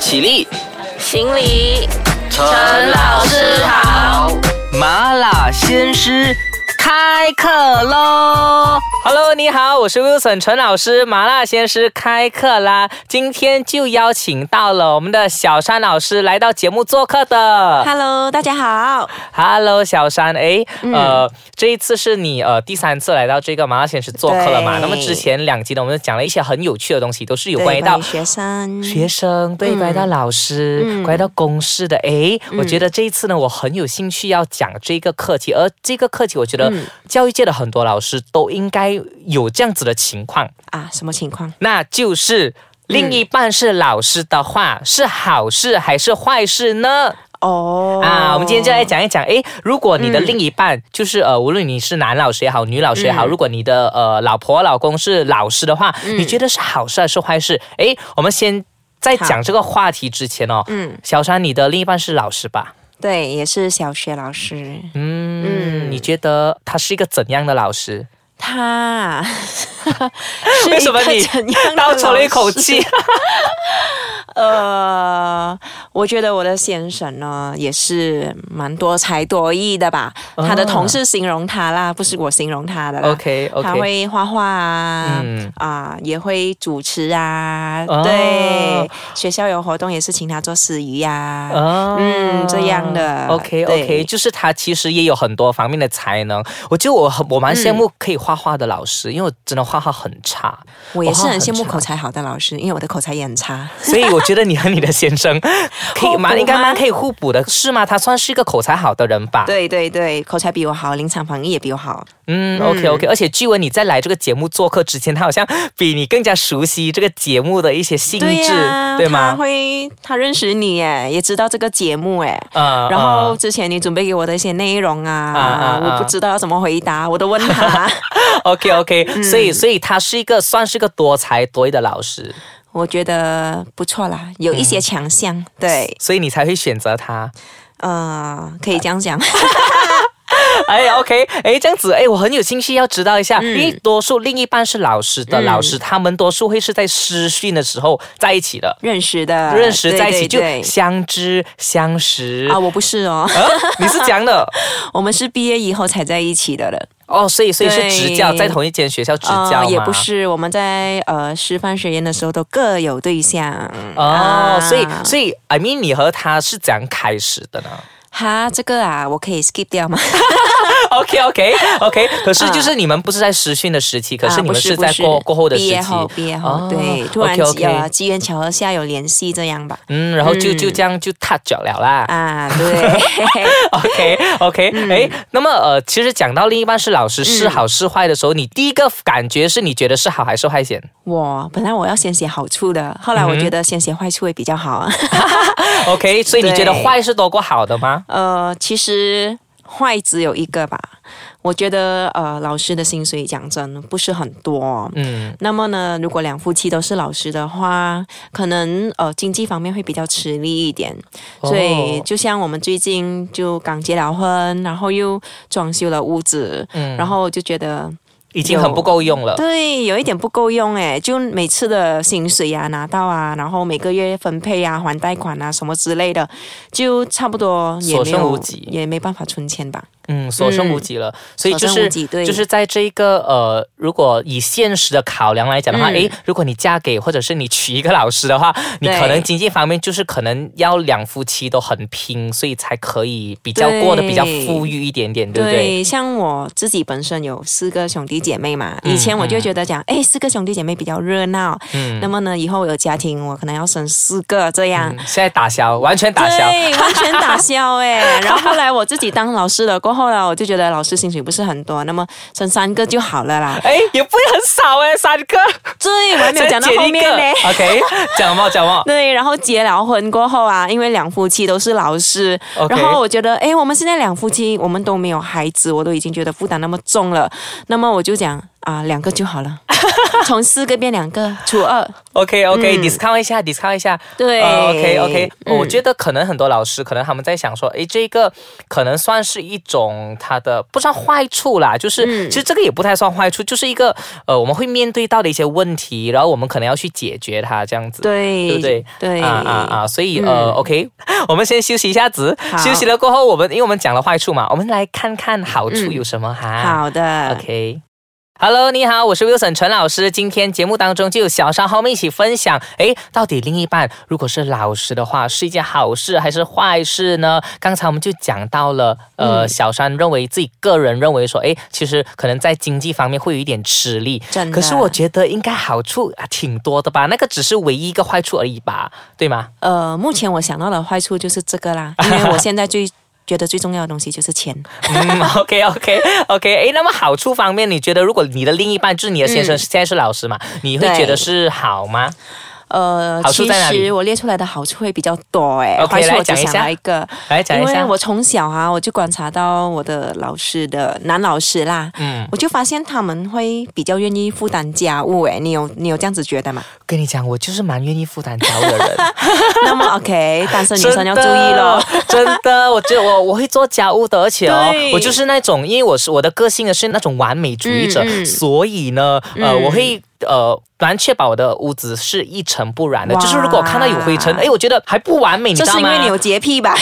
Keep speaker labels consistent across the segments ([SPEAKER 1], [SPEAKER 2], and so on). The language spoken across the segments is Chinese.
[SPEAKER 1] 起立，
[SPEAKER 2] 行礼，
[SPEAKER 1] 陈
[SPEAKER 2] 陈老师好。
[SPEAKER 1] 麻辣鲜师开课喽！
[SPEAKER 3] Hello，你好，我是 Wilson 陈老师，麻辣鲜师开课啦！今天就邀请到了我们的小山老师来到节目做客的。
[SPEAKER 2] Hello，大家好。
[SPEAKER 3] Hello，小山，诶，呃，这一次是你呃第三次来到这个麻辣鲜师做客了嘛？
[SPEAKER 2] 对
[SPEAKER 3] 那么之前两集呢，我们讲了一些很有趣的东西，都是有
[SPEAKER 2] 对
[SPEAKER 3] 关于到。
[SPEAKER 2] 学生，
[SPEAKER 3] 学生对，关于到老师，关于到公式的，诶，我觉得这一次呢，我很有兴趣要讲这个课题，而这个课题，我觉得教育界的很多老师都应该有这样子的情况，
[SPEAKER 2] 啊，什么情况？
[SPEAKER 3] 那就是另一半是老师的话，是好事还是坏事呢？
[SPEAKER 2] 哦
[SPEAKER 3] 啊，我们今天就来讲一讲，诶，如果你的另一半、就是呃，无论你是男老师也好，女老师也好，
[SPEAKER 2] 嗯
[SPEAKER 3] 如果你的呃老婆老公是老师的话，你觉得是好事还是坏事？诶，我们先在
[SPEAKER 2] 好
[SPEAKER 3] 讲这个话题之前哦，嗯，小山，你的另一半是老师吧？
[SPEAKER 2] 对，也是小学老师，
[SPEAKER 3] 嗯，你觉得他是一个怎样的老师？
[SPEAKER 2] 他 是
[SPEAKER 3] 为什么你
[SPEAKER 2] 一个怎样的
[SPEAKER 3] 倒抽了一口
[SPEAKER 2] 老师
[SPEAKER 3] 气？
[SPEAKER 2] 呃，我觉得我的先生呢也是蛮多才多艺的吧。他的同事形容他啦，不是我形容他的啦。
[SPEAKER 3] OK
[SPEAKER 2] 他
[SPEAKER 3] OK，
[SPEAKER 2] 会画画啊，
[SPEAKER 3] 嗯
[SPEAKER 2] 啊，也会主持啊，
[SPEAKER 3] 哦
[SPEAKER 2] 对，学校有活动也是请他做司仪呀、
[SPEAKER 3] 哦
[SPEAKER 2] 嗯，这样的。
[SPEAKER 3] OK OK，
[SPEAKER 2] 对
[SPEAKER 3] 就是他其实也有很多方面的才能。我觉得我很我蛮羡
[SPEAKER 2] 嗯
[SPEAKER 3] 慕可以画画的老师，因为我真的画画很 差，
[SPEAKER 2] 我也是
[SPEAKER 3] 画
[SPEAKER 2] 很羡慕
[SPEAKER 3] 差
[SPEAKER 2] 口。才好的啊老师，因为我的口才也很差。
[SPEAKER 3] 所以我觉得你和你的先生 可以
[SPEAKER 2] 互补
[SPEAKER 3] 蛮应该
[SPEAKER 2] 吗
[SPEAKER 3] 蛮可以互补的，是吗？他算是一个口才好的人吧？，
[SPEAKER 2] 对对对，口才比我好，临场反应也比我好。
[SPEAKER 3] 嗯，OK OK。而且据闻你在来这个节目做客之前，他好像比你更加熟悉这个节目的一些性
[SPEAKER 2] 对
[SPEAKER 3] 质，
[SPEAKER 2] 呀、
[SPEAKER 3] 对
[SPEAKER 2] 他
[SPEAKER 3] 吗？
[SPEAKER 2] 会，他认识你耶，也知道这个节目哎。
[SPEAKER 3] 呃
[SPEAKER 2] 然
[SPEAKER 3] 呃
[SPEAKER 2] 后之前你准备给我的一些内容啊，
[SPEAKER 3] 啊啊
[SPEAKER 2] 我不知道要怎么回答，我都问 他。
[SPEAKER 3] OK OK，、所
[SPEAKER 2] 嗯
[SPEAKER 3] 以所以他是一个算是个多才多艺的老师，
[SPEAKER 2] 我觉得不错啦，有一些强项，
[SPEAKER 3] 嗯
[SPEAKER 2] 对，
[SPEAKER 3] 所以你才会选择他。
[SPEAKER 2] 呃，可以这样 讲。
[SPEAKER 3] 哎，OK，哎，这样子，哎，我很有兴趣要知道一
[SPEAKER 2] 嗯
[SPEAKER 3] 下，因为多数另一半是老师的老师，他们多数会是在师训的时候在一起的，
[SPEAKER 2] 认识的，
[SPEAKER 3] 认识在一起
[SPEAKER 2] 啊对对
[SPEAKER 3] 就相知相识
[SPEAKER 2] 对啊，。我不是哦，
[SPEAKER 3] 啊，你是讲的
[SPEAKER 2] 我们是毕业以后才在一起的了。
[SPEAKER 3] 哦，所以所以是
[SPEAKER 2] 对哦
[SPEAKER 3] 执教，在同一间学校执教吗、
[SPEAKER 2] 也不是，我们在呃师范学院的时候都各有对象。
[SPEAKER 3] 哦，
[SPEAKER 2] 啊
[SPEAKER 3] 所以所以，I mean，你和他是怎样开始的呢？
[SPEAKER 2] 哈，这个啊，我可以 skip 掉吗？
[SPEAKER 3] OK OK OK，可是就是你们不是在实训的时期，可是你们
[SPEAKER 2] 啊
[SPEAKER 3] 是
[SPEAKER 2] 不
[SPEAKER 3] 在过、
[SPEAKER 2] 不是
[SPEAKER 3] 过后的时
[SPEAKER 2] 毕
[SPEAKER 3] 期
[SPEAKER 2] 业，后，毕业后，
[SPEAKER 3] 哦
[SPEAKER 2] 对，突然
[SPEAKER 3] OK，OK
[SPEAKER 2] 呃机缘巧合下有联系这样吧。
[SPEAKER 3] 嗯，然后就就这样就踏脚了啦。
[SPEAKER 2] 啊， 对，
[SPEAKER 3] OK OK，哎、
[SPEAKER 2] 嗯
[SPEAKER 3] 那么呃，其实讲到另一半是老师是好是坏的时候，你第一个感觉是你觉得是好还是坏先
[SPEAKER 2] 我本来我要先写好处的，后来我觉得先写坏处会比较好啊。
[SPEAKER 3] ？OK，所以你觉得
[SPEAKER 2] 对
[SPEAKER 3] 坏是多过好的吗？
[SPEAKER 2] 呃，其实坏只有一个吧。我觉得呃，老师的薪水讲真不是很多。
[SPEAKER 3] 嗯，
[SPEAKER 2] 那么呢，如果两夫妻都是老师的话，可能呃经济方面会比较吃力一点。
[SPEAKER 3] 哦
[SPEAKER 2] 所以就像我们最近就刚结了婚，然后又装修了屋子，
[SPEAKER 3] 嗯
[SPEAKER 2] 然后就觉得
[SPEAKER 3] 已经很不够用了。
[SPEAKER 2] 对有一点不够用诶，就每次的薪水啊拿到啊，然后每个月分配啊还贷款啊什么之类的，就差不多也
[SPEAKER 3] 所
[SPEAKER 2] 没
[SPEAKER 3] 剩
[SPEAKER 2] 有
[SPEAKER 3] 无几
[SPEAKER 2] 也没办法存钱吧。
[SPEAKER 3] 嗯，所剩无几了，所以
[SPEAKER 2] 所
[SPEAKER 3] 就
[SPEAKER 2] 剩
[SPEAKER 3] 是
[SPEAKER 2] 无几对
[SPEAKER 3] 就是在这一个呃，如果以现实的考量来讲的话，
[SPEAKER 2] 嗯
[SPEAKER 3] 诶，如果你嫁给或者是你娶一个老师的话，你
[SPEAKER 2] 对
[SPEAKER 3] 可能经济方面就是可能要两夫妻都很拼，所以才可以比较
[SPEAKER 2] 对
[SPEAKER 3] 过得比较富裕一点点，对不对？
[SPEAKER 2] 像我自己本身有四个兄弟姐妹嘛，以前我就觉得讲，哎、四个兄弟姐妹比较热闹。
[SPEAKER 3] 嗯
[SPEAKER 2] 那么呢，以后有家庭，我可能要生四个这样。
[SPEAKER 3] 嗯现在打消，完全打消。
[SPEAKER 2] 对，完全打消 哎、然后后来我自己当老师了，过后呢，我就觉得老师薪水不是很多，那么生三个就好了啦。
[SPEAKER 3] 哎，也不会很少哎，三个，
[SPEAKER 2] 对，我还没有讲到
[SPEAKER 3] 再减
[SPEAKER 2] 后
[SPEAKER 3] 一个
[SPEAKER 2] 面呢。
[SPEAKER 3] OK，讲嘛讲嘛，
[SPEAKER 2] 对，然后结了婚过后啊，因为两夫妻都是老师
[SPEAKER 3] OK
[SPEAKER 2] 然后我觉得，哎，我们现在两夫妻， 我们都没有孩子，我都已经觉得负担那么重了，那么我就讲啊、两个就好了。从四个变两个，除二。
[SPEAKER 3] OK OK，discount、一下，discount 一下。
[SPEAKER 2] 嗯对
[SPEAKER 3] OK OK，、
[SPEAKER 2] 嗯
[SPEAKER 3] 啊我觉得可能很多老师可能他们在想说，诶，哎这个可能算是一种它的不算坏处啦，就是、
[SPEAKER 2] 嗯
[SPEAKER 3] 其实这个也不太算坏处，就是一个呃我们会面对到的一些问题，然后我们可能要去解决它这样子。
[SPEAKER 2] 对
[SPEAKER 3] 对不对？
[SPEAKER 2] 对
[SPEAKER 3] 啊啊啊！所以、呃，OK，我 们先休息一下子
[SPEAKER 2] 好，
[SPEAKER 3] 休息了过后，我们因为我们讲了坏处嘛，我们来看看好处有什么哈。
[SPEAKER 2] 嗯好的
[SPEAKER 3] 啊 OK。Hello，你好，我是 Wilson 陈老师。今天节目当中就有小沙和我们一起分享，诶，到底另一半如果是老实的话，是一件好事还是坏事呢？刚才我们就讲到了，呃，小山认为自己个人认为说，诶，其实可能在经济方面会有一点吃力，
[SPEAKER 2] 真的
[SPEAKER 3] 可是我觉得应该好处啊挺多的吧，那个只是唯一一个坏处而已吧，对吗？
[SPEAKER 2] 呃，目前我想到的坏处就是这个 啦，因为我现在最觉得最重要的东西就是钱。
[SPEAKER 3] 嗯，OK OK OK，哎，那么好处方面，你觉得如果你的另一半就是你的先生、现在是老师嘛，你会
[SPEAKER 2] 对
[SPEAKER 3] 觉得是好吗？
[SPEAKER 2] 呃，
[SPEAKER 3] 好处
[SPEAKER 2] 其
[SPEAKER 3] 在哪里
[SPEAKER 2] 实我列出来的好处会比较多哎、
[SPEAKER 3] OK，
[SPEAKER 2] 坏处
[SPEAKER 3] 来
[SPEAKER 2] 我只
[SPEAKER 3] 讲一
[SPEAKER 2] 想
[SPEAKER 3] 下
[SPEAKER 2] 到一个，
[SPEAKER 3] 来讲一
[SPEAKER 2] 因为
[SPEAKER 3] 下。
[SPEAKER 2] 我从小啊，我就观察到我的老师的男老师啦，
[SPEAKER 3] 嗯，
[SPEAKER 2] 我就发现他们会比较愿意负担家务哎、你有你有这样子觉 得吗？
[SPEAKER 3] 跟你讲，我就是蛮愿意负担家务的人，
[SPEAKER 2] 那么 OK，单身女
[SPEAKER 3] 真
[SPEAKER 2] 生要
[SPEAKER 3] 的
[SPEAKER 2] 注意咯。。
[SPEAKER 3] 真的，我觉得我我会做家务的，而且哦
[SPEAKER 2] 对，
[SPEAKER 3] 我就是那种，因为我是我的个性呢是那种完美主义者，
[SPEAKER 2] 嗯嗯
[SPEAKER 3] 所以呢，呃，
[SPEAKER 2] 嗯
[SPEAKER 3] 我会。呃，蛮确保我的屋子是一尘不染的，
[SPEAKER 2] 哇
[SPEAKER 3] 就是如果我看到有灰尘，哎，我觉得还不完美，你知
[SPEAKER 2] 这
[SPEAKER 3] 道
[SPEAKER 2] 是因
[SPEAKER 3] 吗？
[SPEAKER 2] 为你有洁癖 吧？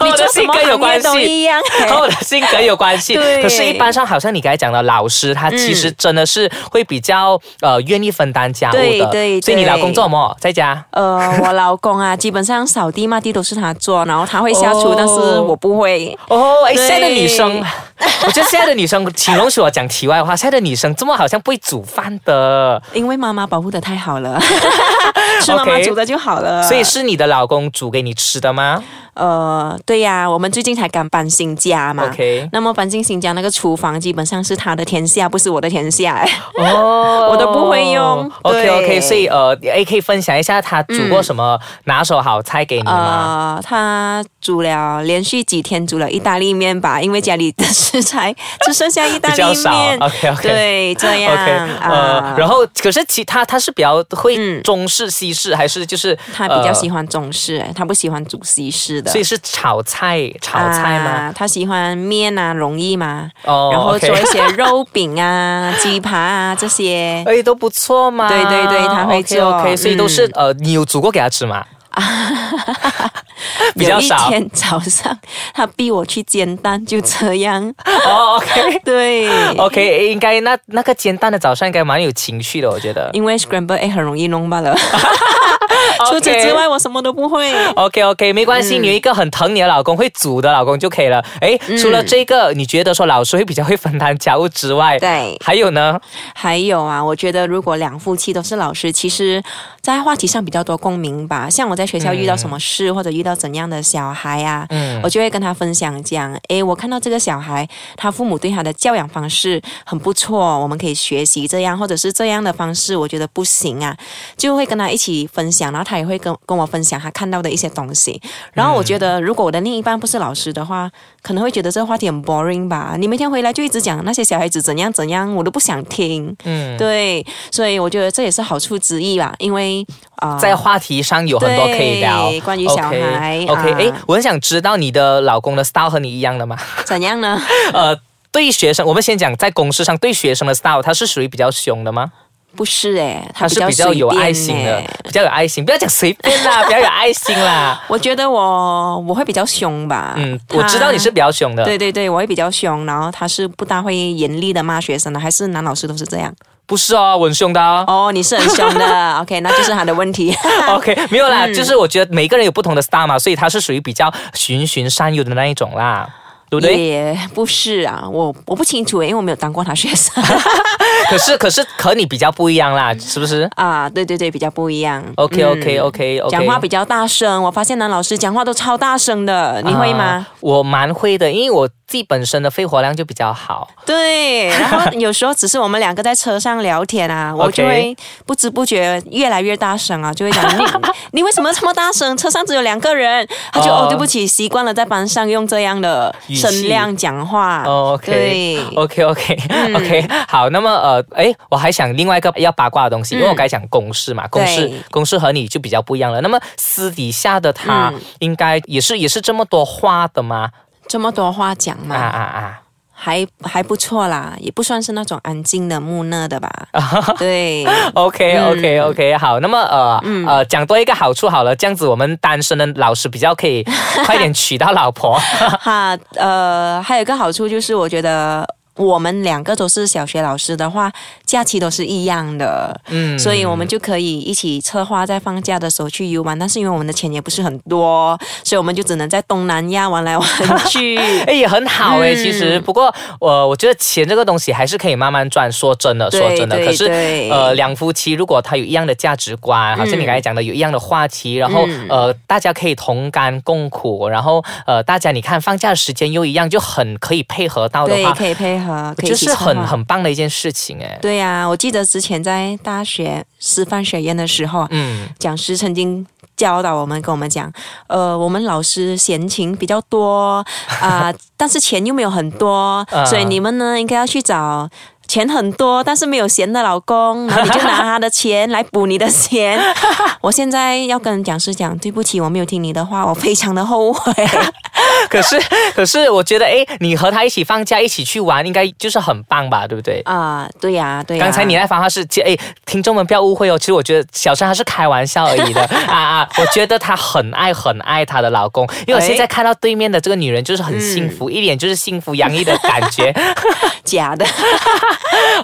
[SPEAKER 3] 和
[SPEAKER 2] 你
[SPEAKER 3] 我
[SPEAKER 2] 做
[SPEAKER 3] 的
[SPEAKER 2] 什
[SPEAKER 3] 性
[SPEAKER 2] 么
[SPEAKER 3] 格有
[SPEAKER 2] 行
[SPEAKER 3] 关
[SPEAKER 2] 业
[SPEAKER 3] 系哦
[SPEAKER 2] 都一样。
[SPEAKER 3] 和我的性格有关系。
[SPEAKER 2] 对嗯
[SPEAKER 3] 可是，一般上好像你刚才讲的，老师他其实真的是会比较呃愿意分担家务的。
[SPEAKER 2] 对对
[SPEAKER 3] 所以你
[SPEAKER 2] 对
[SPEAKER 3] 老公做什么？在家？
[SPEAKER 2] 呃，我老公啊，基本上扫地、抹地都是他做，然后他会下厨，
[SPEAKER 3] 哦
[SPEAKER 2] 但是我不会。
[SPEAKER 3] 哦，哎，
[SPEAKER 2] 对
[SPEAKER 3] 现在的女生， 我觉得现在的女生，请容许我讲题外话，现在的女生怎么好像不会煮饭的？
[SPEAKER 2] 因为妈妈保护的太好 了， 吃妈妈
[SPEAKER 3] OK
[SPEAKER 2] 煮的就好了。
[SPEAKER 3] 所以是你的老公煮给你吃的吗？
[SPEAKER 2] 呃，对呀、我们最近才刚搬新家嘛。
[SPEAKER 3] OK
[SPEAKER 2] 那么搬进新家那个厨房基本上是他的天下，不是我的天下。哎
[SPEAKER 3] 哦
[SPEAKER 2] 我都不会用
[SPEAKER 3] OK
[SPEAKER 2] 对
[SPEAKER 3] OK，所以呃，也可以分享一下他煮过什么
[SPEAKER 2] 嗯
[SPEAKER 3] 拿手好菜给你吗？
[SPEAKER 2] 呃，他煮了连续几天煮了意大利面吧，因为家里的食材只剩下意大
[SPEAKER 3] 比较
[SPEAKER 2] 利
[SPEAKER 3] 少
[SPEAKER 2] 面。
[SPEAKER 3] OK OK。
[SPEAKER 2] 对，这哦样
[SPEAKER 3] OK，呃
[SPEAKER 2] 啊，，
[SPEAKER 3] 然后可是其他他是比较会
[SPEAKER 2] 嗯
[SPEAKER 3] 中式西式，还是就是
[SPEAKER 2] 他比较喜
[SPEAKER 3] 欢、
[SPEAKER 2] 欢中式，哎他不喜欢煮西式的。
[SPEAKER 3] 呃所以是炒菜炒菜吗？
[SPEAKER 2] 啊，他喜欢面啊，容易嘛，
[SPEAKER 3] 哦
[SPEAKER 2] 然后
[SPEAKER 3] OK
[SPEAKER 2] 做一些肉饼 啊、鸡扒啊这些。
[SPEAKER 3] 哎，都不错嘛。
[SPEAKER 2] 对对对他会
[SPEAKER 3] o k
[SPEAKER 2] 做
[SPEAKER 3] 所以都是、
[SPEAKER 2] 嗯
[SPEAKER 3] 呃，你有煮过给他 吃吗？比较
[SPEAKER 2] 有一
[SPEAKER 3] 少
[SPEAKER 2] 天早上，他逼我去煎蛋，就这样。
[SPEAKER 3] 哦，OK
[SPEAKER 2] 对
[SPEAKER 3] OK，应该那那个煎蛋的早上应该蛮有情趣的，我觉得。
[SPEAKER 2] 因为 scramble egg 很容易弄 罢了。除此
[SPEAKER 3] OK
[SPEAKER 2] 之外，我什么都不 会。
[SPEAKER 3] OK OK，没关系，
[SPEAKER 2] 嗯
[SPEAKER 3] 你有一个很疼你的老公，会煮的老公就可以了。哎，除了这个，你觉得说老师会比较会分担家务之外，
[SPEAKER 2] 对
[SPEAKER 3] 还有呢？
[SPEAKER 2] 还有啊，我觉得如果两夫妻都是老师，其实，在话题上比较多共鸣吧。像我在学校遇到什么事，或者遇到怎样的小孩啊，
[SPEAKER 3] 嗯
[SPEAKER 2] 我就会跟他分享讲，诶，我看到这个小孩，他父母对他的教养方式很不错，我们可以学习这样，或者是这样的方式，我觉得不行啊，就会跟他一起分享，然后他也会跟跟我分享他看到的一些东西。然后我觉得，如果我的另一半不是老师的话，可能会觉得这个话题很 boring 吧。你每天回来就一直讲那些小孩子怎样怎样，我都不想听。
[SPEAKER 3] 嗯，
[SPEAKER 2] 对，所以我觉得这也是好处之一吧，因为啊，
[SPEAKER 3] 在话题上有很多可以聊，
[SPEAKER 2] 对关于小孩
[SPEAKER 3] OK，
[SPEAKER 2] 啊
[SPEAKER 3] 哎、我很想知道你的老公的 style 和你一样的吗？
[SPEAKER 2] 怎样呢？
[SPEAKER 3] 呃，对学生，我们先讲在公事上对学生的 style，他是属于比较凶的吗？
[SPEAKER 2] 不是诶，
[SPEAKER 3] 他是比较
[SPEAKER 2] 随
[SPEAKER 3] 有
[SPEAKER 2] 便
[SPEAKER 3] 爱心的
[SPEAKER 2] 诶，
[SPEAKER 3] 比较有爱心，不要讲随便啦，比较有爱 心啦。
[SPEAKER 2] 我觉得我我会比较凶吧。
[SPEAKER 3] 嗯，
[SPEAKER 2] 他
[SPEAKER 3] 我知道你是比较凶的，
[SPEAKER 2] 对对对，我会比较凶，然后他是不大会严厉的骂学生的，还是男老师都是这样？
[SPEAKER 3] 不是哦，我很凶的哦。
[SPEAKER 2] 哦，你是很凶 的，OK，那就是他的问题。
[SPEAKER 3] OK，没有
[SPEAKER 2] 嗯
[SPEAKER 3] 啦，就是我觉得每个人有不同的 style 嘛，所以他是属于比较循循善诱的那一种啦，对不对？
[SPEAKER 2] 也不是啊，我我不清楚诶，因为我没有当过他学 生
[SPEAKER 3] 可是可是和你比较不一样啦，是不是
[SPEAKER 2] 啊。对对对，比较不一样。
[SPEAKER 3] ？OK
[SPEAKER 2] 嗯
[SPEAKER 3] OK OK 哦 OK，
[SPEAKER 2] 讲话比较大声，我发现男老师讲话都超大声的，你会吗？
[SPEAKER 3] 啊我蛮会的，因为我自己本身的肺活量就比较好。
[SPEAKER 2] 对，然后有时候只是我们两个在车上聊天啊，我
[SPEAKER 3] OK
[SPEAKER 2] 就会不知不觉越来越大声啊，就会讲你 你为什么这么大声？车上只有两个人，他就
[SPEAKER 3] 哦
[SPEAKER 2] 哦对不起，习惯了在班上用这样的
[SPEAKER 3] 语气
[SPEAKER 2] 声量讲话。
[SPEAKER 3] 哦，OK
[SPEAKER 2] 对嗯
[SPEAKER 3] OK OK OK，好，那么呃，呃，哎，我还想另外一个要八卦的东西，因为我刚才讲公事嘛，公事
[SPEAKER 2] 嗯对
[SPEAKER 3] 公事和你就比较不一样了。那么私底下的他
[SPEAKER 2] 嗯
[SPEAKER 3] 应该也是也是这么多话的吗？
[SPEAKER 2] 这么多话讲嘛，
[SPEAKER 3] 啊啊啊！
[SPEAKER 2] 还还不错啦，也不算是那种安静的木讷的 吧。对，
[SPEAKER 3] OK
[SPEAKER 2] 嗯
[SPEAKER 3] OK OK，好，那么呃、呃，讲多一个好处好了，这样子我们单身的老师比较可以快点娶到老婆。
[SPEAKER 2] 哈，呃，还有一个好处就是，我觉得我们两个都是小学老师的话，假期都是一样的，
[SPEAKER 3] 嗯，
[SPEAKER 2] 所以我们就可以一起策划在放假的时候去游玩。但是因为我们的钱也不是很多，所以我们就只能在东南亚玩来玩 去。嗯
[SPEAKER 3] 哎也很好哎、其实不过呃，我觉得钱这个东西还是可以慢慢赚。说真的， 说
[SPEAKER 2] 对
[SPEAKER 3] 真的，
[SPEAKER 2] 对
[SPEAKER 3] 可是
[SPEAKER 2] 对
[SPEAKER 3] 呃，两夫妻如果他有一样的价值观，好像你刚才讲的有一样的话题，然后
[SPEAKER 2] 嗯
[SPEAKER 3] 呃，大家可以同甘共苦，然后呃，大家你看放假时间又一样，就很可以配合到的
[SPEAKER 2] 对，
[SPEAKER 3] 话，
[SPEAKER 2] 可以配合，可以
[SPEAKER 3] 就
[SPEAKER 2] 一起
[SPEAKER 3] 是
[SPEAKER 2] 策
[SPEAKER 3] 很
[SPEAKER 2] 划
[SPEAKER 3] 很棒的一件事情哎、
[SPEAKER 2] 对呀、我记得之前在大学师范学院的时候，啊
[SPEAKER 3] 嗯。
[SPEAKER 2] 讲师曾经教导我们，跟我们讲，呃，我们老师闲情比较多啊、 但是钱又没有很多，
[SPEAKER 3] 啊
[SPEAKER 2] 所以你们呢应该要去找。钱很多，但是没有闲的老公，然后你就拿他的钱来补你的 钱。我现在要跟讲师讲，对不起，我没有听你的话，我非常的后悔。
[SPEAKER 3] 可是，可是我觉得，哎，你和他一起放假，一起去玩，应该就是很棒吧，对不对？
[SPEAKER 2] 啊、对呀、对呀、
[SPEAKER 3] 刚才你那番话是，其哎，听众们不要误会哦。其实我觉得小生他是开玩笑而 已的啊啊！我觉得她很爱很爱她的老公，因为我
[SPEAKER 2] 哎
[SPEAKER 3] 现在看到对面的这个女人就是很幸福，一脸就是幸福洋溢的感 觉。
[SPEAKER 2] 假的。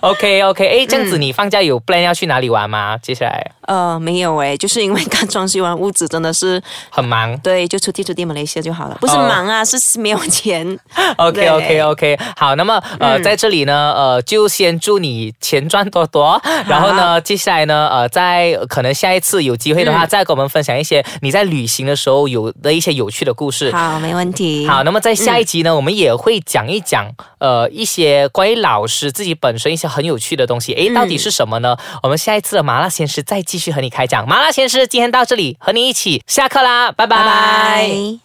[SPEAKER 3] OK OK，哎，
[SPEAKER 2] 嗯
[SPEAKER 3] 这样子你放假有 plan 要去哪里玩吗？接下来
[SPEAKER 2] 呃，没有诶，就是因为刚装修完屋子，真的是
[SPEAKER 3] 很忙。
[SPEAKER 2] 对，就出地出地马来西亚就好了，不是
[SPEAKER 3] 哦
[SPEAKER 2] 忙啊，是是没有钱。
[SPEAKER 3] OK
[SPEAKER 2] 对嗯
[SPEAKER 3] OK OK，好，那么呃，在这里呢，呃，就先祝你钱赚 多多，然后呢，接下来呢，呃，在可能下一次有机会的话，
[SPEAKER 2] 嗯
[SPEAKER 3] 再跟我们分享一些你在旅行的时候有的一些有趣的故事。
[SPEAKER 2] 好，没问题。
[SPEAKER 3] 好，那么在下一集呢，我们也会讲一讲，呃，一些关于老师自己本身一些很有趣的东西。诶，到底是什么呢？我们下一次的麻辣鲜师再继续和你开讲。麻辣鲜师今天到这里，和你一起下课啦，拜
[SPEAKER 2] 拜拜。